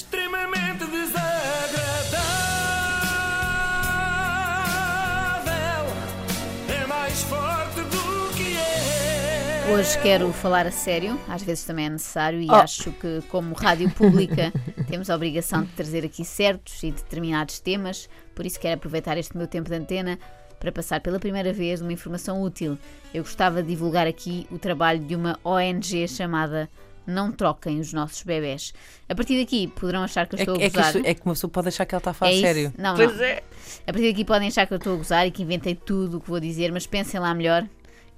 extremamente desagradável. É mais forte do que é. Hoje quero falar a sério, às vezes também é necessário, e Oh. acho que, como rádio pública, temos a obrigação de trazer aqui certos e determinados temas, por isso quero aproveitar este meu tempo de antena para passar pela primeira vez uma informação útil. Eu gostava de divulgar aqui o trabalho de uma ONG chamada Não Troquem os Nossos Bebés. A partir daqui poderão achar que eu É, estou que- é a que gozar. isso- é que uma pessoa pode achar que ela está a falar É isso? sério. Não, não. é. A partir daqui podem achar que eu estou a gozar e que inventei tudo o que vou dizer, mas pensem lá melhor.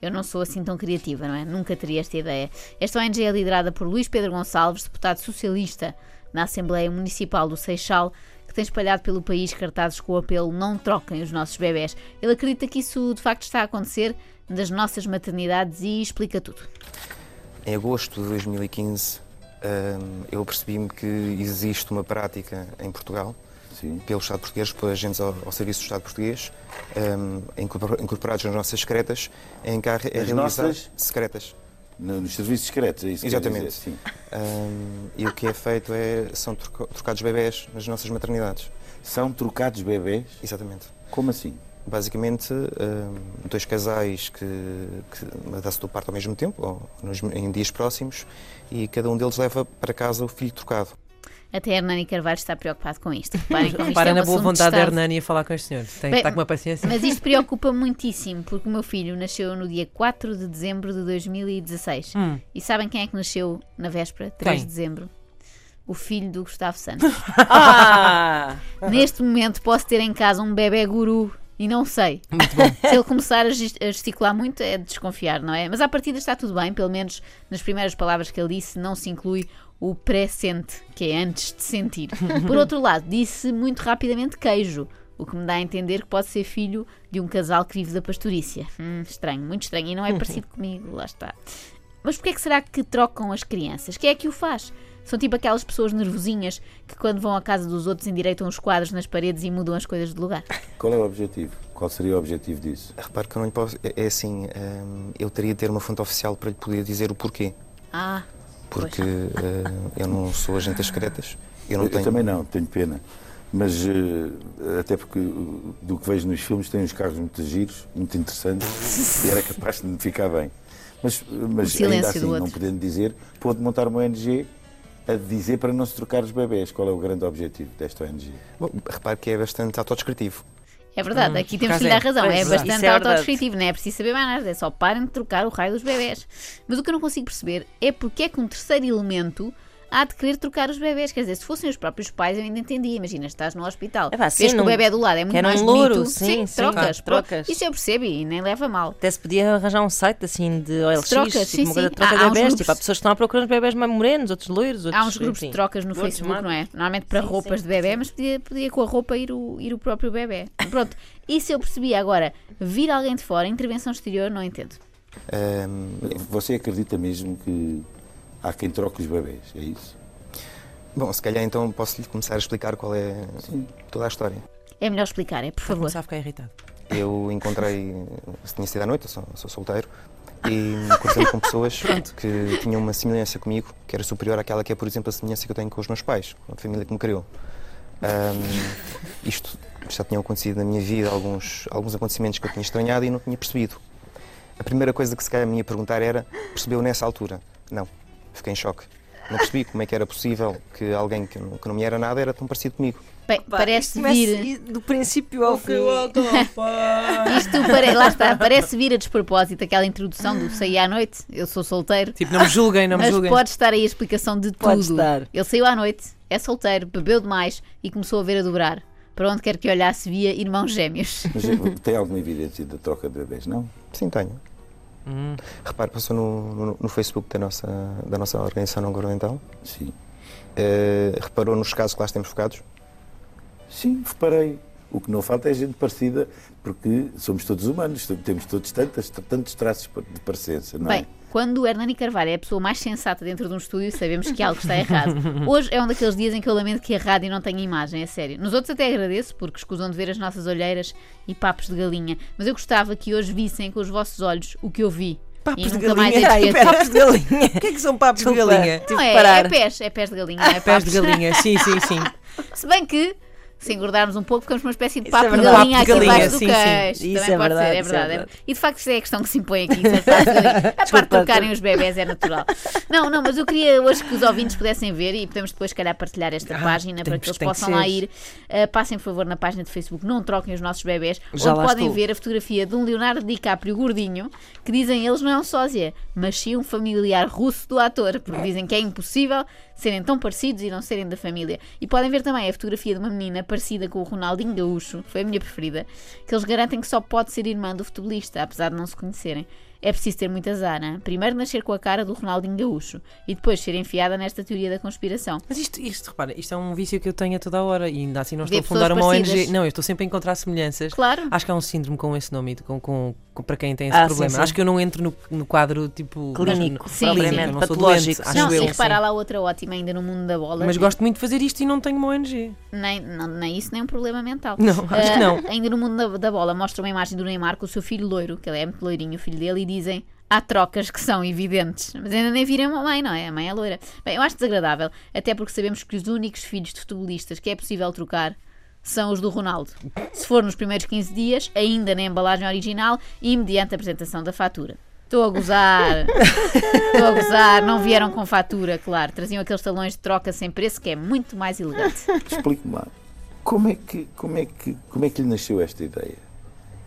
Eu não sou assim tão criativa, não é? Nunca teria esta ideia. Esta ONG é liderada por Luís Pedro Gonçalves, deputado socialista na Assembleia Municipal do Seixal, que tem espalhado pelo país cartazes com o apelo Não troquem os nossos bebés. Ele acredita que isso de facto está a acontecer nas nossas maternidades e explica tudo. Em agosto de 2015, hum, eu percebi-me que existe uma prática em Portugal, pelo Estado português, por agentes ao, ao serviço do Estado português, hum, incorpor- incorporados nas nossas secretas, em que há re- é Nas realizado- nossas? secretas. No- Nos serviços secretos, é isso que quer Exatamente. dizer, sim. Hum, e o que é feito é, são troco- trocados bebés nas nossas maternidades. São trocados bebés? Exatamente. Como assim? Basicamente, hum, dois casais que, que dá-se do parto ao mesmo tempo, ou nos- em dias próximos, e cada um deles leva para casa o filho trocado. Até Hernani Carvalho está preocupado com isto. Reparem com isto. Para é um na boa assunto vontade da testado. Hernani a falar com este senhor. Tem Bem, que estar com uma paciência. Mas isto preocupa muitíssimo, porque o meu filho nasceu no dia 4 de dezembro de 2016. Hum. E sabem quem é que nasceu na véspera, 3 Quem? de dezembro? O filho do Gustavo Santos. Ah! Neste momento posso ter em casa um bebê guru e não sei. Se ele começar a gest- a gesticular muito é de desconfiar, não é? Mas à partida está tudo bem, pelo menos nas primeiras palavras que ele disse não se inclui o pré-sente, que é antes de sentir. Por outro lado, disse muito rapidamente queijo. O que me dá a entender que pode ser filho de um casal que vive da pastorícia. Hum, estranho, muito estranho. E não é parecido comigo, lá está. Mas porquê é que será que trocam as crianças? Quem é que o faz? São tipo aquelas pessoas nervosinhas que quando vão à casa dos outros endireitam os quadros nas paredes e mudam as coisas de lugar. Qual é o objetivo? Qual seria o objetivo disso? Repare que eu não lhe posso. É é assim, hum, eu teria de ter uma fonte oficial para lhe poder dizer o porquê. Ah, Porque eh, eu não sou agente das secretas. Eu não Eu- eu tenho. também não, tenho pena. Mas eh, até porque eh, do que vejo nos filmes tem uns carros muito giros, muito interessantes, e era capaz de me ficar bem. Mas, mas Um silêncio ainda do assim, outro. não podendo dizer, pôde montar uma ONG a dizer para não se trocar os bebés. Qual é o grande objetivo desta ONG? Bom, repare que é bastante autodescritivo. é verdade, aqui por temos que acaso lhe dar é. razão. É Pois, exato. bastante Isso Hum, é verdade. autodescritivo, não é preciso saber mais nada, é só parem de trocar o raio dos bebés. Mas o que eu não consigo perceber é porque é que um terceiro elemento há de querer trocar os bebés. Quer dizer, se fossem os próprios pais eu ainda entendia. Imagina, estás no hospital, É pá, sim, vês que o não- bebé do lado é que muito era um mais louro, bonito. sim, sim, trocas, claro, pronto. trocas. Isso eu percebo e nem leva a mal. Até se podia arranjar um site assim de OLX, Trocas, tipo sim, uma coisa sim. Ah, de troca Há- de há uns bebés. grupos- Tipo, há pessoas que estão à procura de bebés mais morenos, outros loiros, outros. Há uns grupos enfim. de trocas no Outros Facebook, matos. não é? Normalmente para roupas de bebê, mas podia, podia com a roupa ir o, ir o próprio bebê. Pronto, isso eu percebi. Agora, vir alguém de fora, intervenção exterior, não entendo. Hum, Você acredita mesmo que há quem troque os bebés? É isso? bom, se calhar então posso lhe começar a explicar qual é toda a história. É melhor explicar, é por Vou favor. começar a ficar irritado. Eu encontrei, se tinha sido à noite, eu sou, sou solteiro, e cruzei com pessoas que tinham uma semelhança comigo, que era superior àquela que é, por exemplo, a semelhança que eu tenho com os meus pais, com a família que me criou. Ahm, isto já tinha acontecido na minha vida, alguns, alguns acontecimentos que eu tinha estranhado e não tinha percebido. A primeira coisa que se calhar me ia perguntar era: percebeu nessa altura? Não, fiquei em choque. Não percebi como é que era possível que alguém que não, que não me era nada era tão parecido comigo. Bem, parece vir. do princípio ao fim. um Isto pare... Lá está, parece vir a despropósito aquela introdução do saí à noite, eu sou solteiro. Tipo, não me julguem, não me Mas julguem. pode estar aí a explicação de Pode tudo. estar. Ele saiu à noite, é solteiro, bebeu demais e começou a ver a dobrar. Para onde quer que olhasse, via irmãos gêmeos. Mas eh, tem alguma evidência da troca de bebés, não? Sim, tenho. Repare, passou no, no- no Facebook da nossa, da nossa organização não governamental. Sim. Eh, reparou nos casos que lá temos focados? Sim, reparei. O que não falta é gente parecida, porque somos todos humanos, temos todos tantas, tantos traços de parecença, não é? Bem, quando o Hernani Carvalho é a pessoa mais sensata dentro de um estúdio, sabemos que algo está errado. Hoje é um daqueles dias em que eu lamento que a rádio não tenha imagem, é sério. Nos outros até agradeço, porque escusam de ver as nossas olheiras e papos de galinha. Mas eu gostava que hoje vissem com os vossos olhos o que eu vi. E Papos de nunca mais galinha. é Ai, esquecido. papos de galinha. O que é que são papos de Desculpa. galinha? Tive Não que é, parar. é pés, é pés de galinha, não é Pés papos. de galinha, sim, sim, sim. Se bem que, se engordarmos um pouco, ficamos uma espécie de Isso é papo de verdade. galinha Papo de aqui galinha, abaixo do sim, sim. queixo. Isso Também é pode verdade, ser, é isso é verdade. verdade. E de facto, isso é a questão que se impõe aqui. se é papo de galinha. A parte de trocarem os bebés é natural. Não, não, mas eu queria hoje que os ouvintes pudessem ver e podemos depois, se calhar, partilhar esta página para Ah, temos- que eles tem que possam ser. lá ir. Ah, passem, por favor, na página do Facebook Não Troquem os Nossos Bebés, Já onde lá podem estou. ver a fotografia de um Leonardo DiCaprio gordinho, que dizem eles não é um sósia, mas sim um familiar russo do ator, porque dizem que é impossível serem tão parecidos e não serem da família. E podem ver também a fotografia de uma menina parecida com o Ronaldinho Gaúcho, que foi a minha preferida, que eles garantem que só pode ser irmã do futebolista, apesar de não se conhecerem. É preciso ter muito azar, hein? Primeiro nascer com a cara do Ronaldinho Gaúcho e depois ser enfiada nesta teoria da conspiração. Mas isto, isto, repara, isto é um vício que eu tenho a toda a hora e ainda assim não Vê estou a fundar pessoas uma parecidas. ONG. Não, eu estou sempre a encontrar semelhanças. Claro. Acho que há um síndrome com esse nome, e de- com, com, com- para quem tem esse Ah, sim, problema. sim. Acho que eu não entro no, no quadro tipo. Clínico, no- Sim, clínico, eu propriamente, não sou patológico. doente, acho Não, eu. e repara lá outra ótima ainda no mundo da bola. Mas gosto muito de fazer isto e não tenho uma ONG. Nem, não- nem isso, nem um problema mental. Não, acho Ah, que não. Ainda no mundo da, da bola mostra uma imagem do Neymar com o seu filho loiro, que ele é muito loirinho, o filho dele, e dizem há trocas que são evidentes. Mas ainda nem viram a mãe, não é? A mãe é loira. Bem, eu acho desagradável, até porque sabemos que os únicos filhos de futebolistas que é possível trocar são os do Ronaldo. Se for nos primeiros 15 dias, ainda na embalagem original e mediante a apresentação da fatura. Estou a gozar. Estou a gozar. Não vieram com fatura, claro. Traziam aqueles talões de troca sem preço, que é muito mais elegante. Explique-me lá. Como é, que, como, é que, como é que lhe nasceu esta ideia?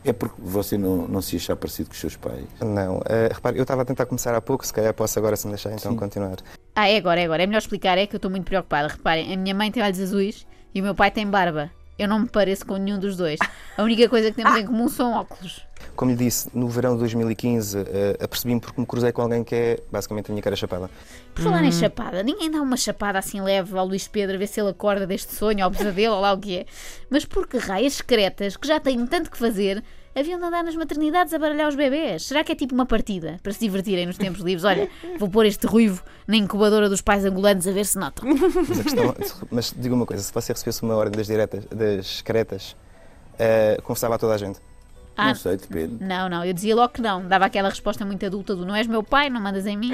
É porque você não, não se achar parecido com os seus pais? Não, eh, repare, eu estava a tentar começar há pouco, se calhar posso agora, se me deixar então continuar. Ah, é agora, é agora. É melhor explicar, é que eu estou muito preocupada. Reparem, a minha mãe tem olhos azuis e o meu pai tem barba. Eu não me pareço com nenhum dos dois. A única coisa que temos em comum são óculos. Como lhe disse, no verão de 2015, eh, apercebi-me porque me cruzei com alguém que é basicamente a minha cara chapada. Por falar em chapada, ninguém dá uma chapada assim leve ao Luís Pedro a ver se ele acorda deste sonho, ao pesadelo, ou lá o que é. Mas por que raias secretas, que já têm tanto que fazer, haviam de andar nas maternidades a baralhar os bebés? Será que é tipo uma partida, para se divertirem nos tempos livres? Olha, vou pôr este ruivo na incubadora dos pais angolanos a ver se notam. Mas, a questão, mas diga uma coisa, se você recebesse uma ordem das, diretas, das caretas, eh, confessava a toda a gente. Ah. Não sei, depende. Não, não, eu dizia logo que não. Dava aquela resposta muito adulta do não és meu pai, não mandas em mim.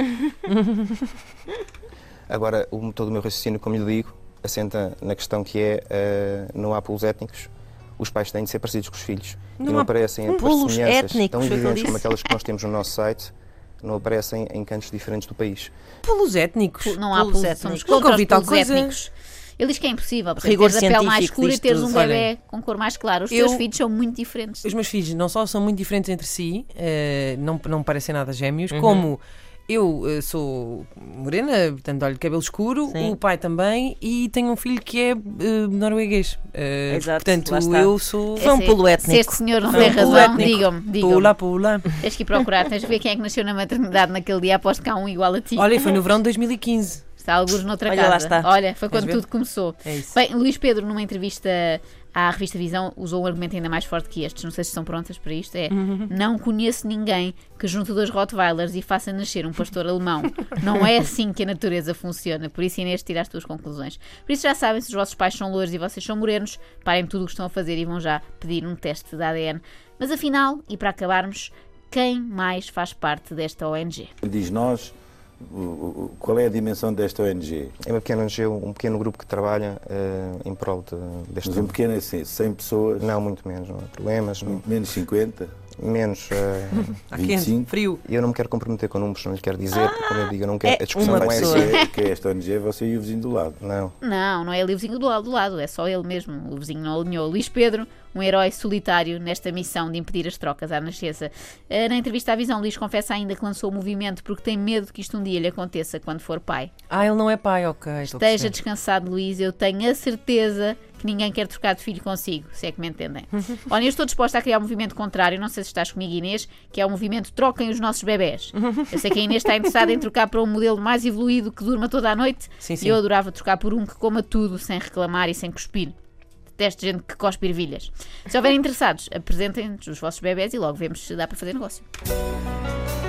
Agora, o, todo o meu raciocínio, como lhe digo, assenta na questão que é eh, não há pulos étnicos, os pais têm de ser parecidos com os filhos. Não e não há um aparecem entre pulos semelhanças étnicos, tão foi o que ele evidentes como disse. aquelas que nós temos no nosso site, não aparecem em cantos diferentes do país. Pelos étnicos. Não há pulos étnicos. Somos Nunca contra os ouvi tal pulos coisa. étnicos. Ele diz que é impossível. Por exemplo, Rigor teres a pele mais científico escura e diz teres tudo, um bebê olhem. com cor mais clara. Os Eu- teus filhos são muito diferentes. Os meus filhos não só são muito diferentes entre si, eh, não, não parecem nada gêmeos, como eu eh, sou morena, portanto, olho de cabelo escuro, Sim. o pai também, e tenho um filho que é eh, norueguês. Eh, Exato, lá portanto, está. eu sou. Foi um Esse- pulo Se étnico. este senhor não Foi um tem pulo razão, étnico. digam-me, Pula, É digam pula. Tens que ir procurar, tens que ver quem é que nasceu na maternidade naquele dia. Aposto que há um igual a ti. Olha, e foi no verão de 2015. Está alguns noutra Olha, casa. lá está. Olha, foi quando ver? tudo começou. É isso. Bem, Luís Pedro, numa entrevista à revista Visão, usou um argumento ainda mais forte que estes. Não sei se estão prontas para isto. É: Não conheço ninguém que junte dois Rottweilers e faça nascer um pastor alemão. Não é assim que a natureza funciona. Por isso, Inês, tira as tuas conclusões. Por isso, já sabem, se os vossos pais são louros e vocês são morenos, parem tudo o que estão a fazer e vão já pedir um teste de ADN. Mas afinal, e para acabarmos, quem mais faz parte desta ONG? Diz nós, o- o- qual é a dimensão desta ONG? É uma pequena ONG, um pequeno grupo que trabalha eh, em prol de, deste. Mas um pequeno é assim, 100 pessoas, Não, muito menos, não há problemas, não- menos 50, menos. eh, Há 25. quente, frio. eu não me quero comprometer com números, não lhe quero Ah, dizer, porque como eu digo, eu não quero. é a discussão uma não é pessoa. assim. que é, que é esta ONG, é você e o vizinho do lado. Não. Não, não é ali o vizinho do lado, do lado, é só ele mesmo. O vizinho não alinhou. Luís Pedro, um herói solitário nesta missão de impedir as trocas à nascença. Eh, Na entrevista à Visão, Luís confessa ainda que lançou o movimento porque tem medo que isto um dia lhe aconteça quando for pai. Ah, ele não é pai, ok. estou a Esteja perceber. descansado, Luís, eu tenho a certeza que ninguém quer trocar de filho consigo, se é que me entendem. Olha, eu estou disposta a criar um movimento contrário, não sei se estás comigo, Inês, que é o movimento Troquem os Nossos Bebés. Eu sei que a Inês está interessada em trocar para um modelo mais evoluído que durma toda a noite Sim, e sim. eu adorava trocar por um que coma tudo sem reclamar e sem cuspir. Detesto gente que cospe ervilhas. Se houverem interessados, apresentem-nos os vossos bebés e logo vemos se dá para fazer negócio. É